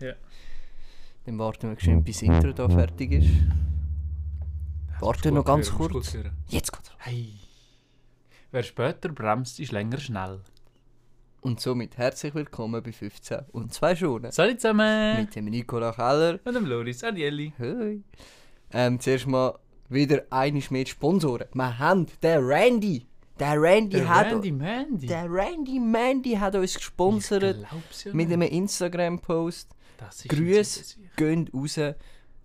Ja. Dann warten wir schön, bis das Intro da fertig ist. Warte noch ganz kurz. Jetzt geht's. Hey. Wer später bremst, ist länger schnell. Und somit herzlich willkommen bei 15 und 2 Schonen. Salut zusammen! Mit dem Nicola Keller. Und dem Loris und Jelly. Hoi. Ähm, zuerst mal wieder eines mehr die Sponsoren. Wir haben den Randy. Der Randy hat. Randy Mandy. Der Randy Mandy hat uns gesponsert glaub's ja mit nicht. einem Instagram-Post. Das ist Grüße jetzt- gehen raus.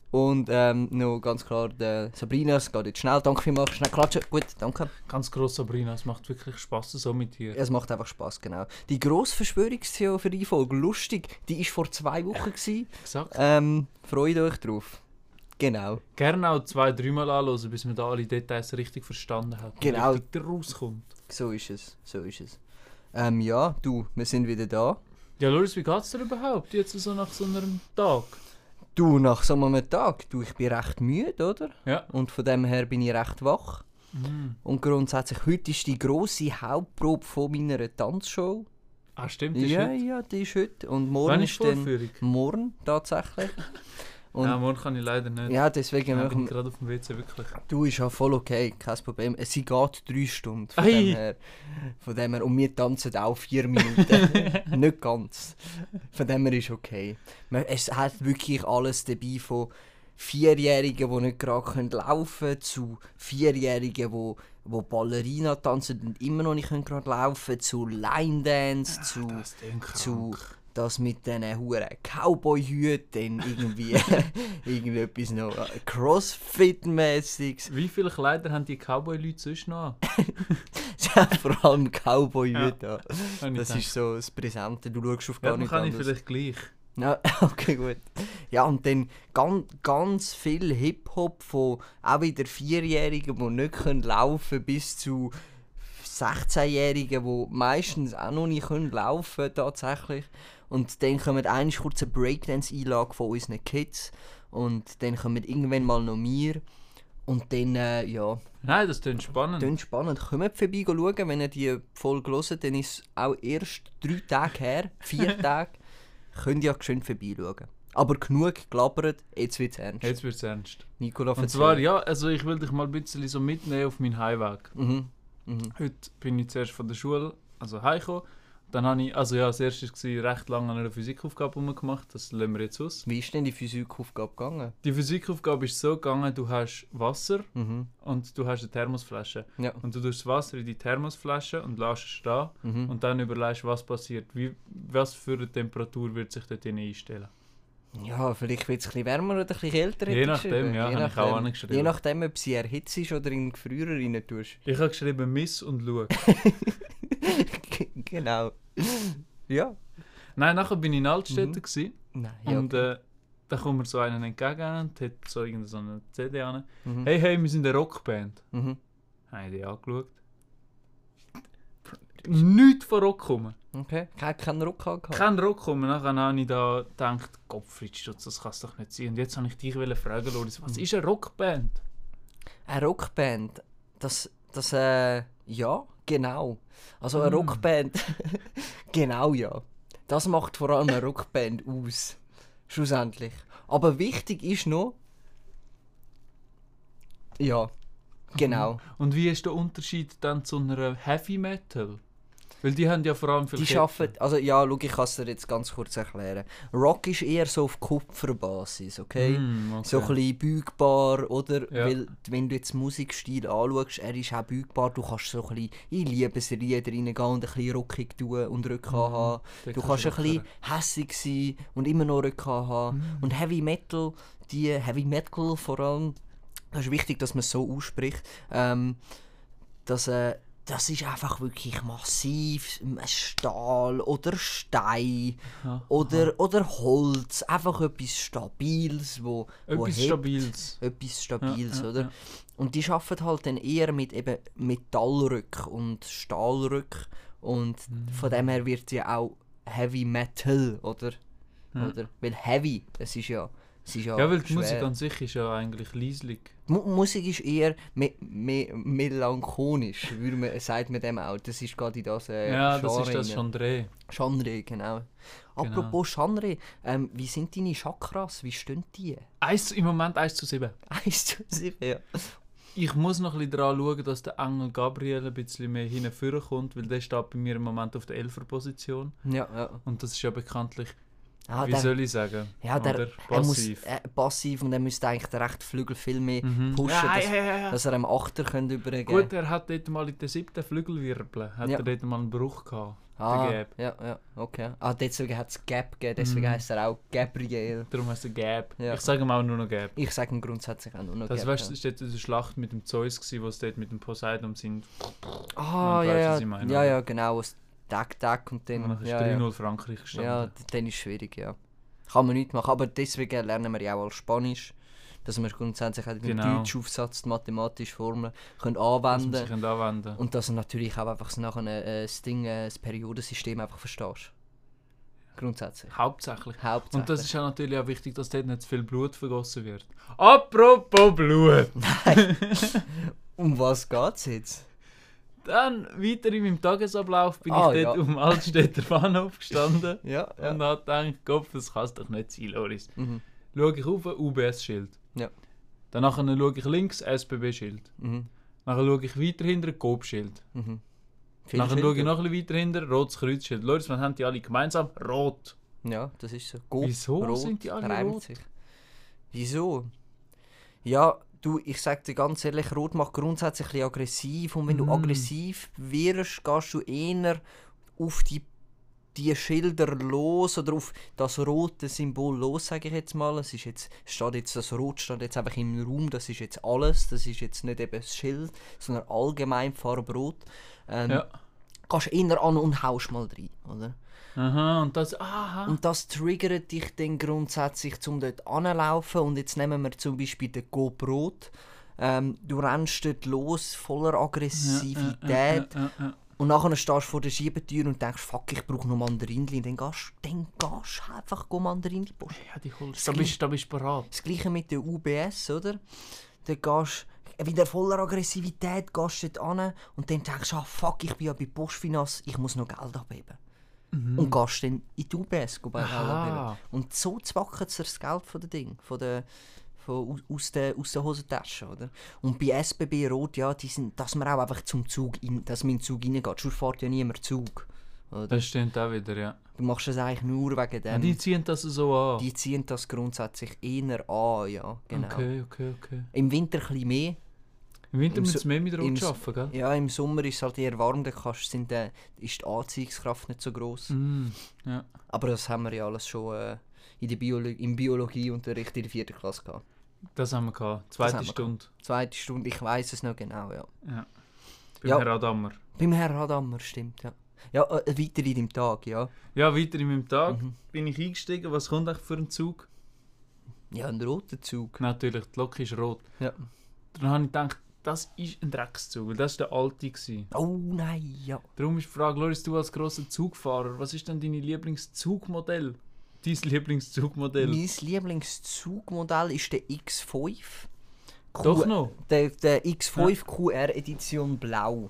Und ähm, noch ganz klar, der Sabrina, es geht jetzt schnell. Danke vielmals, schnell klatschen. Gut, danke. Ganz gross, Sabrina. Es macht wirklich Spass so mit dir. Es macht einfach Spaß, genau. Die grosse Verschwörungstheorie-Folge, lustig, die war vor zwei Wochen. Gewesen. Exakt. Ähm, freut euch drauf. Genau. Gerne auch zwei, dreimal anhören, bis man da alle Details richtig verstanden hat. und Genau. Richtig rauskommt. So ist es, so ist es. Ähm, ja, du, wir sind wieder da. Ja, Loris, wie geht's dir überhaupt? Jetzt so nach so einem Tag? Du, nach so einem Tag, du, ich bin recht müde, oder? Ja. Hm. Und von dem her bin ich recht wach. Und grundsätzlich, heute ist die grosse Hauptprobe von meiner Tanzshow. Ah, stimmt. Ist Ja, heute. ja, die ist heute. Und morgen Wann ist ist die dann... Vorführung? Morgen, tatsächlich. Und Nein, morgen kann ich leider nicht. ja, deswegen... Ich bin machen wir- gerade auf dem WC, wirklich. Du, ist ja voll okay, kein Problem. Es sie geht drei Stunden, von Ei. dem her. Von dem her. Und wir tanzen auch vier Minuten. Nicht ganz. Von dem her ist okay. Man- Es hat wirklich alles dabei von Vierjährigen, die nicht gerade können laufen können, zu Vierjährigen, die wo Ballerina tanzen und immer noch nicht können gerade laufen zu Line Dance, zu, Ding zu das mit diesen huren Cowboy-Hüten, dann irgendwie irgendetwas noch äh, Crossfit-mäßiges. Wie viele Kleider haben die Cowboy-Leute sonst noch? an? Sie haben vor allem cowboy hüte Hab ich Das gedacht. ist so das Präsente, du schaust auf ja, gar dann nichts kann ich anderes. vielleicht gleich. Ja, okay, gut. Ja, und dann ganz, ganz viel Hip-Hop von auch wieder Vierjährigen, die nicht können laufen bis zu 16-Jährigen, die meistens auch noch nicht können laufen tatsächlich. Und dann kommt eine kurze Breakdance-Einlage von unseren Kids. Und dann kommen irgendwann mal noch mir. Und dann, äh, ja, Nein, das klingt spannend. Klingt spannend. Kommt vorbei schauen, wenn ihr die Folge hört, dann ist es auch erst drei Tage her, vier Tage. Könnt ihr ja schön vorbeischauen. Aber genug gelabert, jetzt wird es ernst. Jetzt wird's ernst. Nikola, Und erzähl. zwar, ja, also ich will dich mal ein bisschen so mitnehmen auf meinen Heimweg. Mhm. Mhm. Heute bin ich zuerst von der Schule, also heimgekommen. Dann habe ich, also ja, als erstes war recht lange an einer Physikaufgabe rumgemacht, das lassen wir jetzt aus. Wie ist denn die Physikaufgabe gegangen? Die Physikaufgabe ist so gegangen, du hast Wasser Mhm. und du hast eine Thermosflasche. Ja. Und du tust das Wasser in die Thermosflasche und lässt es stehen Mhm. und dann überlegst, was passiert. Wie, was für eine Temperatur wird sich dort drin einstellen? ja, vielleicht wird es ein bisschen wärmer oder ein bisschen kälter. Je hätte ich nachdem, geschrieben. ja, habe ich auch angeschrieben. Je nachdem, ob sie erhitzt ist oder in den Gefrierer rein tust. Ich habe geschrieben Miss und Schau. G- genau. ja. Nein, nachher bin ich in Altstädten gsi Nein, Mhm. ja. und äh, da kommt mir so einen entgegen und hat so irgendeine so eine CD an. Mhm. Hey, hey, wir sind eine Rockband. Mhm. Habe ich die angeschaut. Nichts von Rock kommen. Okay. Kein, kein Ruck gehabt. Kein Rock kommen. Nachher habe ich da gedacht, Gottfried Stutz, das kann es doch nicht sein. Und jetzt habe ich dich wollen fragen, Loris, Mhm. was ist eine Rockband? Eine Rockband, das, das, äh, ja, genau. Also eine Rockband, genau ja. Das macht vor allem eine Rockband aus, schlussendlich. Aber wichtig ist noch, ja, genau. Und wie ist der Unterschied dann zu einer Heavy Metal? Weil die haben ja vor allem viel Die Ketten. schaffen, also ja, schau, ich kann es dir jetzt ganz kurz erklären. Rock ist eher so auf Kupferbasis, okay? Mm, okay. eh So ein bisschen beugbar, oder? Ja. Weil, wenn du jetzt den Musikstil anschaust, er ist auch beugbar. Du kannst so ein bisschen in Liebeslieder reingehen und ein bisschen rockig tun und Rücken haben. den Du Mhm. kannst kannst du Mhm. ein bisschen hässig sein und immer noch Rücken haben. Und Heavy Metal, die Heavy Metal vor allem, das ist wichtig, dass man es so ausspricht, ähm, dass... Äh, das ist einfach wirklich massiv. Stahl oder Stein Aha, oder, oder Holz. Einfach etwas Stabiles, wo, wo Etwas hebt Stabiles. etwas Stabiles, Ja, ja, oder? ja. Und die schaffen halt dann eher mit eben Metallrück und Stahlrück und Mhm. von dem her wird sie auch Heavy Metal, oder? oder? Weil Heavy, es ist ja Es ist Ja, weil die schwer. Musik an sich ist ja eigentlich leislig. Mu Musik ist eher me me melancholisch, würde man, sagt man dem auch. Das ist gerade in das äh, Ja, das ist das rein. Genre. Genre, genau. Apropos Genre, ähm, wie sind deine Chakras? Wie stehen die? Eins, Im Moment 1 zu 7. Eins zu sieben, ja. Ich muss noch ein bisschen daran schauen, dass der Engel Gabriel ein bisschen mehr hinführen kommt, weil der steht bei mir im Moment auf der 11er Position. Ja, ja. Und das ist ja bekanntlich, Ah, wie der, soll ich sagen, ja, der, oder? Er muss, passiv. äh, passiv und er müsste eigentlich den rechten Flügel viel mehr Mhm. pushen, ja, dass, ja, ja, ja. dass er einem Achter könnte übergeben Gut, er hat dort mal in den siebten Flügelwirbel, hat Ja. er dort mal einen Bruch gehabt. ah, Gap. Ja, ja, okay. Ah, deswegen hat es Gap gegeben, deswegen Mhm. heisst er auch Gabriel. Darum heißt er Gab. Ja. Ich sage ihm auch nur noch Gab. Ich sage ihm grundsätzlich auch nur noch Das Gap, weißt, ja. du, ist dort diese Schlacht mit dem Zeus, gewesen, wo es dort mit dem Poseidon sind. Ah, Man ja, weiß, ja, was ich meine, ja, oder? ja, genau, aus Tag, Tag und Und dann, dann ist Genau. ja, 3-0 ja, Frankreich gestanden. ja, d- dann ist es schwierig, ja. Kann man nicht machen, aber deswegen lernen wir ja auch als Spanisch, dass wir grundsätzlich auch den Genau. Deutschaufsatz, die mathematische Formeln können dass man sich anwenden können anwenden und dass du natürlich auch einfach so nachher äh, das Ding, äh, das Periodensystem einfach verstehst. Grundsätzlich. Hauptsächlich. Hauptsächlich. Und das ist ja natürlich auch wichtig, dass dort nicht zu viel Blut vergossen wird. Apropos Blut! um was geht's jetzt? Dann weiter in meinem Tagesablauf bin Ah, ich ja. dort um Altstädter Bahnhof gestanden Ja, und habe gedacht, Gott, das kann es doch nicht sein, Loris. Mhm. Schaue ich auf, UBS-Schild. Ja. Danach schaue ich links, SBB-Schild. Mhm. Dann schaue ich weiter hinter, GOB-Schild. Mhm. Viele Dann schaue ich Schilder. noch ein bisschen weiter hinter, Rotes Kreuzschild. Loris, was haben die alle gemeinsam? Rot! Ja, das ist so. Go, Wieso sind die alle reimt rot? Sich. Wieso? Ja, du, ich sag dir ganz ehrlich, Rot macht grundsätzlich ein bisschen aggressiv und wenn du Mm. aggressiv wirst, gehst du eher auf die, die Schilder los oder auf das rote Symbol los, sage ich jetzt mal. Es ist jetzt, es steht jetzt, das Rot steht jetzt einfach im Raum, das ist jetzt alles, das ist jetzt nicht eben das Schild, sondern allgemein die Farbe Rot. Ähm, Ja. Gehst eher an und haust mal rein, oder? Aha, und das. Aha! Und das triggert dich dann grundsätzlich, um dort anzulaufen. Und jetzt nehmen wir zum Beispiel den GoProt. Ähm, du rennst dort los, voller Aggressivität. Äh, äh, äh, äh. Und nachher stehst du vor der Schiebetür und denkst, fuck, ich brauche noch Mandarinli. Dann gehst du dann gehst du einfach go Mandarinli posten. Ja, die holst du. Da bist, da bist du bereit. Das gleiche mit der UBS, oder? Dann gehst du wieder voller Aggressivität gehst du dort an und dann denkst du, ah, fuck, ich bin ja bei Postfinance, ich muss noch Geld abheben. Und gehst dann in die UBS go bei Geld abheben. Mhm. Aha. Und so zwacken sie das Geld von den Ding, von der, von, au- aus der, aus der Hosentasche, oder? Und bei SBB Rot, ja, die sind, dass man auch einfach zum Zug, in, dass man in den Zug reingeht. Sonst fährt ja niemand Zug. Oder? Ähm, Das stimmt auch wieder, ja. Du machst das eigentlich nur wegen dem. Ah, die Die, ziehen das so an. ziehen das grundsätzlich eher an, ja, genau. Okay, okay, okay. Im Winter ein bisschen mehr. Im Winter Im müssen So- wir mehr mit im Rot So- arbeiten, gell? Ja, im Sommer ist es halt eher warm, dann kannst, sind, äh, ist die Anziehungskraft nicht so groß. Mm, ja. Aber das haben wir ja alles schon äh, in der Biolo im Biologieunterricht in der vierten Klasse gehabt. Das haben wir gehabt. haben Zweite wir Stunde. Zweite Stunde, ich weiß es noch genau, ja. Ja. Beim Ja. Herr Adammer. Beim Herr Radammer, stimmt, ja. Ja, äh, weiter in deinem Tag, ja. Ja, weiter in meinem Tag bin ich eingestiegen. Was kommt eigentlich für ein Zug? Ja, ein roter Zug. Natürlich, die Lok ist rot. Ja. Dann habe ich gedacht, das ist ein Dreckszug, weil das war der alte. Gewesen. Oh nein, ja. Darum ist die Frage, Loris, du als grosser Zugfahrer, was ist denn dein Lieblingszugmodell? Dein Lieblingszugmodell? Mein Lieblingszugmodell ist der X5. Q- Doch noch? Der, der X5 QR Edition Blau.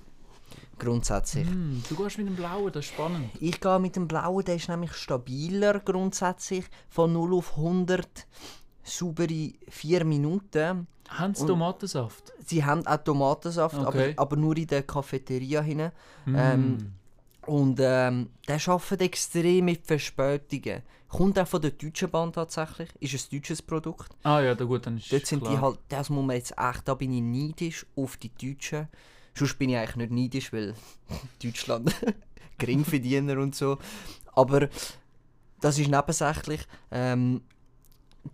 Grundsätzlich. Hm, du gehst mit dem blauen, das ist spannend. Ich gehe mit dem blauen, der ist nämlich stabiler grundsätzlich. Von 0 auf 100 saubere 4 Minuten. Haben sie Tomatensaft? Sie haben auch Tomatensaft, Okay. aber, aber nur in der Cafeteria hinein. Ähm, und ähm, der arbeitet extrem mit Verspätungen. Kommt auch von der Deutschen Bahn tatsächlich, ist ein deutsches Produkt. Ah ja, da gut, dann ist Dort sind klar. die halt, das muss man jetzt echt, da bin ich neidisch auf die Deutschen. Sonst bin ich eigentlich nicht neidisch, weil Deutschland Geringverdiener und so. Aber das ist nebensächlich. Ähm,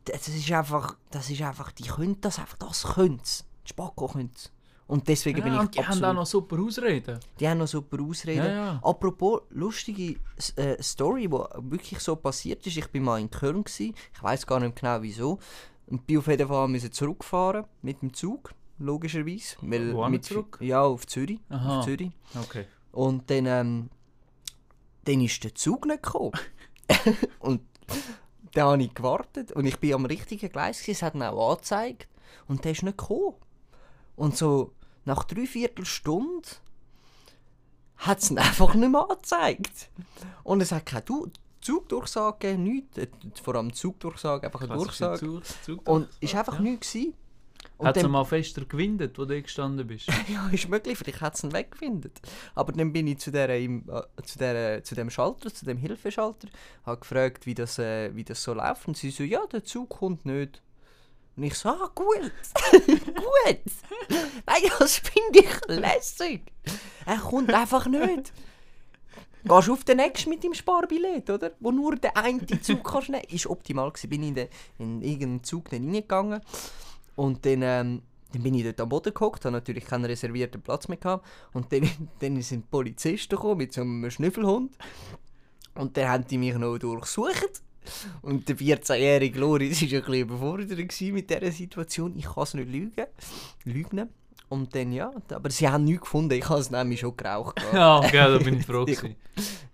das ist einfach, das ist einfach, die können das einfach, das können sie. Die Spacko können sie. Und deswegen bin ja, ich und die haben auch noch super Ausreden. die haben noch super Ausreden. Ja, ja. Apropos lustige S- äh, Story, die wirklich so passiert ist. Ich bin mal in Köln, gewesen. ich weiß gar nicht genau wieso. Und bin auf jeden Fall müssen zurückfahren mit dem Zug, logischerweise. Weil Wohin mit, zurück? Ja, auf Zürich. Aha. Auf Zürich. Okay. Und dann, ähm, dann ist der Zug nicht gekommen. und Dann habe ich gewartet und ich bin am richtigen Gleis, gewesen. es hat mir auch angezeigt und der ist nicht gekommen. Und so nach dreiviertel Stunde hat es ihn einfach nicht mehr angezeigt. Und es hat keine Du- Zugdurchsage gegeben, nichts. Äh, Vor allem Zugdurchsage, einfach eine Klassische Durchsage. Zug, Zug Und es war einfach nichts. gewesen. Und Hat es dann- mal fester gewindet, wo du gestanden bist? ja, ist möglich, vielleicht hat es ihn weggefunden. Aber dann bin ich zu, der, im, äh, zu, der, zu dem Schalter, zu dem Hilfeschalter, habe gefragt, wie das, äh, wie das so läuft. Und sie so, ja, der Zug kommt nicht. Und ich so, ah, gut, gut. Nein, das finde ich lässig. Er kommt einfach nicht. Gehst auf den nächsten mit dem Sparbillett, oder? Wo nur der eine Zug kannst nehmen. Ist optimal gewesen. Bin ich in, den, in irgendeinen Zug dann reingegangen. Und dann, ähm, dann bin ich dort am Boden gehockt, habe natürlich keinen reservierten Platz mehr gehabt. Und dann, dann sind Polizisten gekommen mit so einem Schnüffelhund. Und dann haben die mich noch durchsucht. Und der 14-jährige Loris war ja ein bisschen überfordert gewesen mit dieser Situation. Ich kann es nicht lügen. lügen. Und dann ja, aber sie haben nichts gefunden. Ich habe es nämlich schon geraucht. gehabt. ja, okay, da bin ich froh. Ich- gewesen.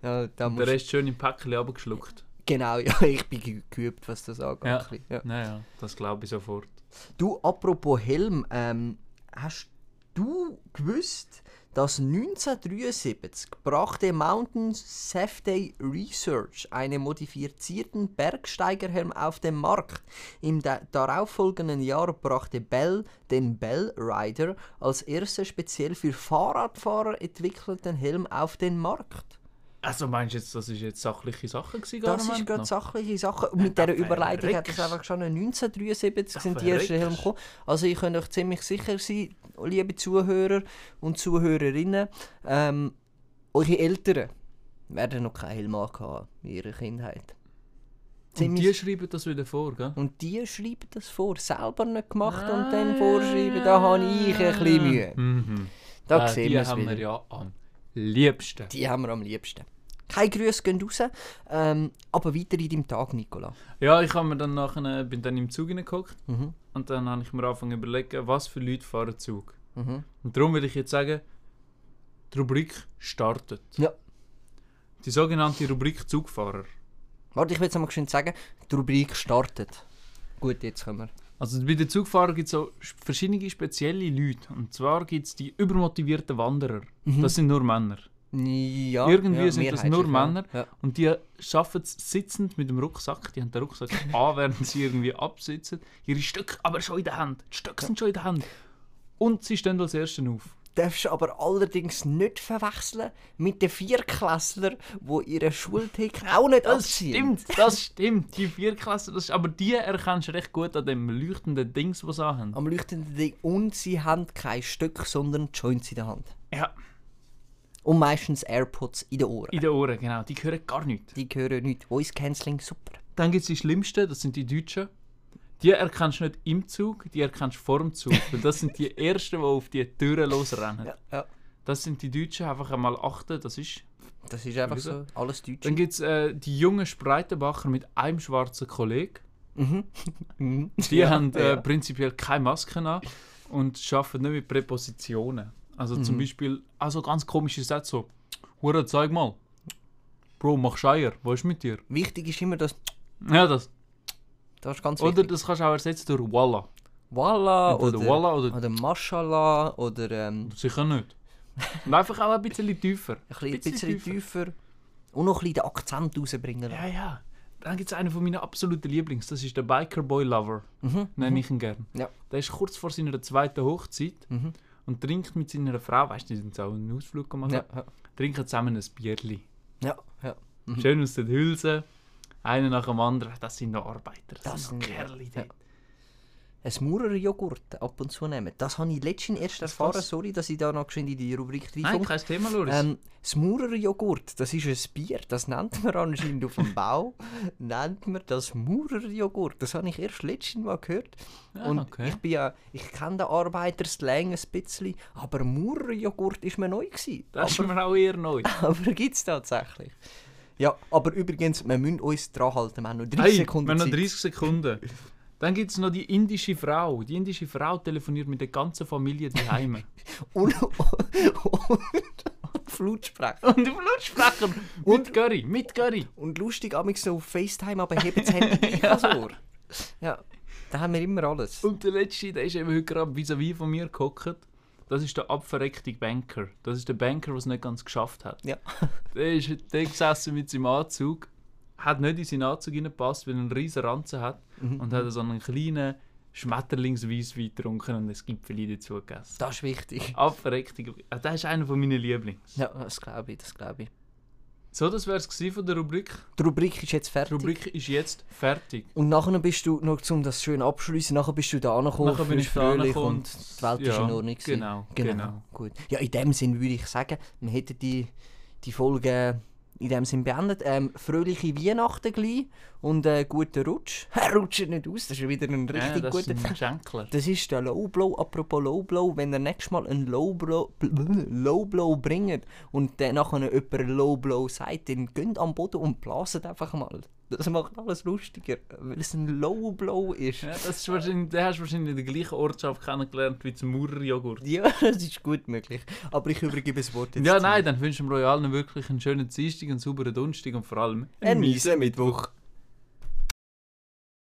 Ja, da Der musst, Rest schön im Päckchen runtergeschluckt. genau, ja, ich bin ge- geübt, was das angeht. Ja. ein bisschen, Ja. Naja, das glaube ich sofort. Du, apropos Helm, ähm, hast du gewusst, dass 1973 brachte Mountain Safety Research einen modifizierten Bergsteigerhelm auf den Markt? Im da darauffolgenden Jahr brachte Bell den Bell Rider als ersten speziell für Fahrradfahrer entwickelten Helm auf den Markt. Also meinst du jetzt, das ist jetzt sachliche Sache gewesen? gar Das im ist Moment gerade noch? sachliche Sache. Und mit dieser Überleitung hat es verreckst. einfach schon 1973 sind die verreckst. ersten Helme gekommen. Also ich könnt euch ziemlich sicher sein, liebe Zuhörer und Zuhörerinnen, ähm, eure Eltern werden noch keinen Helm angehabt in ihrer Kindheit. Und Ziemlich die schreiben das wieder vor, gell? und die schreiben das vor, selber nicht gemacht Ah. und dann vorschreiben, da habe ich ein bisschen Mühe. Mhm. Da Äh, sehen die wir es haben wieder. wir ja am liebsten. Die haben wir am liebsten. Keine Grüße gehen raus, ähm, aber weiter in deinem Tag, Nicola. Ja, ich hab mir dann nachher, bin dann im Zug hineingehockt Mhm. und dann habe ich mir angefangen zu überlegen, was für Leute fahren Zug. Mhm. Und darum will ich jetzt sagen, die Rubrik startet. Ja. Die sogenannte Rubrik Zugfahrer. Warte, ich will es mal schön sagen. Die Rubrik startet. Gut, jetzt können wir. Also bei den Zugfahrern gibt es so sch- verschiedene spezielle Leute. Und zwar gibt es die übermotivierten Wanderer. Das sind nur Männer. Mhm. Ah, Ja, Irgendwie ja, sind das mehrheitlich, nur ja. Männer. Ja. Und die schaffen es sitzend mit dem Rucksack. Die haben den Rucksack an, während sie irgendwie absitzen. Ihre Stöcke aber schon in der Hand. Die Stöcke sind schon in der Hand. Und sie stehen als Ersten auf. Darfst du aber allerdings nicht verwechseln mit den Vierklässlern, die ihren Schultick auch nicht Das abziehen. stimmt, das stimmt. Die Vierklasse, das ist, aber die erkennst du recht gut an dem leuchtenden Dings, was sie haben. Am leuchtenden Ding. Und sie haben kein Stück, sondern Joints in der Hand. Ja, Und meistens AirPods in den Ohren. in den Ohren, genau. Die hören gar nichts. Die hören nichts. Voice Cancelling, super. Dann gibt es die Schlimmsten, das sind die Deutschen. Die erkennst du nicht im Zug, die erkennst du vor dem Zug. Weil das sind die Ersten, die auf die Türen losrennen. ja. Das sind die Deutschen, einfach einmal achten, das ist... Das ist einfach so. Wieso? Alles Deutsch. Dann gibt es äh, die jungen Spreitenbacher mit einem schwarzen Kollegen. Mhm. Die haben äh, prinzipiell keine Masken an und arbeiten nicht mit Präpositionen. Also zum Mhm. Beispiel, also ganz komische Sätze so, Hure, zeig mal. Bro, mach Scheier, was ist mit dir? Wichtig ist immer, dass. Ja, das. Das ist ganz Oder wichtig. das kannst du auch ersetzen durch Walla. Walla Oder, oder. Walla oder, Oder Mashallah oder. Ähm, sicher nicht. Und einfach auch ein bisschen tiefer. Ein bisschen, bisschen tiefer. Und noch ein bisschen den Akzent rausbringen. Ja, ja. Dann gibt es einen von meinen absoluten Lieblings, das ist der Biker Boy Lover. Nenne ich ihn gern. Mhm, Ja. Mhm. Der ist kurz vor seiner zweiten Hochzeit und trinkt mit seiner Frau, weißt du, die sind auch einen Ausflug gemacht, Ja, Mhm. ja. trinken zusammen ein Bierli. Ja, ja. Schön aus den Hülsen, einer nach dem anderen, das sind noch Arbeiter, das, Das sind noch sind- Kerle. ja. dort. Ein Maurerjoghurt ab und zu nehmen. Das habe ich letztens erst erfahren. was? Sorry, dass ich da noch geschwind in die Rubrik Nein, reinkomme. kein Thema, Loris. Ähm, das Maurerjoghurt, das ist ein Bier, das nennt man anscheinend auf dem Bau, nennt man das Maurerjoghurt. Das habe ich erst letztens mal gehört. Ah, Und okay. ich bin ja, ich kenne den Arbeiter-Slang ein bisschen, aber Maurerjoghurt ist mir neu gewesen. das ist mir auch eher neu. Aber gibt es tatsächlich. Ja, aber übrigens, wir müssen uns dran halten. Wir haben noch 30 Hey, wir haben Sekunden noch Zeit. 30 Sekunden. Dann gibt es noch die indische Frau. Die indische Frau telefoniert mit der ganzen Familie daheim. Und, und, auf Lautsprecher. Und auf Lautsprecher. mit Curry, mit Curry. Und lustig, am so auf FaceTime, aber hebt das Handy gleich ans Ohr. Ja, da haben wir immer alles. Und der letzte, der ist eben heute gerade vis-à-vis von mir gehockt. Das ist der abverreckte Banker. Das ist der Banker, der es nicht ganz geschafft hat. Ja. Der ist heute dort gesessen mit seinem Anzug, hat nicht in seinen Anzug reingepasst, weil er einen riesen Ranzen hat und hat so einen kleinen Schmetterlingsweisswein getrunken und ein Gipfeli dazu gegessen. Das ist wichtig. Abverreckte Ah, Das ist einer meiner Lieblings. Ja, das glaube ich, das glaube ich. So, das wäre es von der Rubrik. Die Rubrik ist jetzt fertig. Die Rubrik ist jetzt fertig. Und nachher bist du, noch um das schön abschließen, nachher bist du da angekommen, Nachher bin frisch, ich da fröhlich angekommen Oh, und die Welt ist ja, in Ordnung. gewesen. genau, genau. Gut. Ja, in dem Sinn würde ich sagen, wir hätten die, die Folge in dem Sinn beendet. Ähm, fröhliche Weihnachten gleich und äh, guten Rutsch. Rutscht nicht aus, das ist wieder ein Ja, richtig das ist guter... ein Schenkler. Das ist der Low Blow. Apropos Low Blow, wenn ihr nächstes Mal einen Low Blow, Low Blow bringt und dann nachher jemand Low Blow sagt, dann geht am Boden und blaset einfach mal. Das macht alles lustiger, weil es ein Low Blow ist. Ja, das ist wahrscheinlich, den hast du wahrscheinlich in der gleichen Ortschaft kennengelernt wie zum Maurer-Joghurt. Ja, das ist gut möglich. Aber ich übergebe das Wort jetzt. Ja, nein, dann wünschen wir euch allen wirklich einen schönen Dienstag, einen sauberen Donnerstag und vor allem Ein miesen Mittwoch.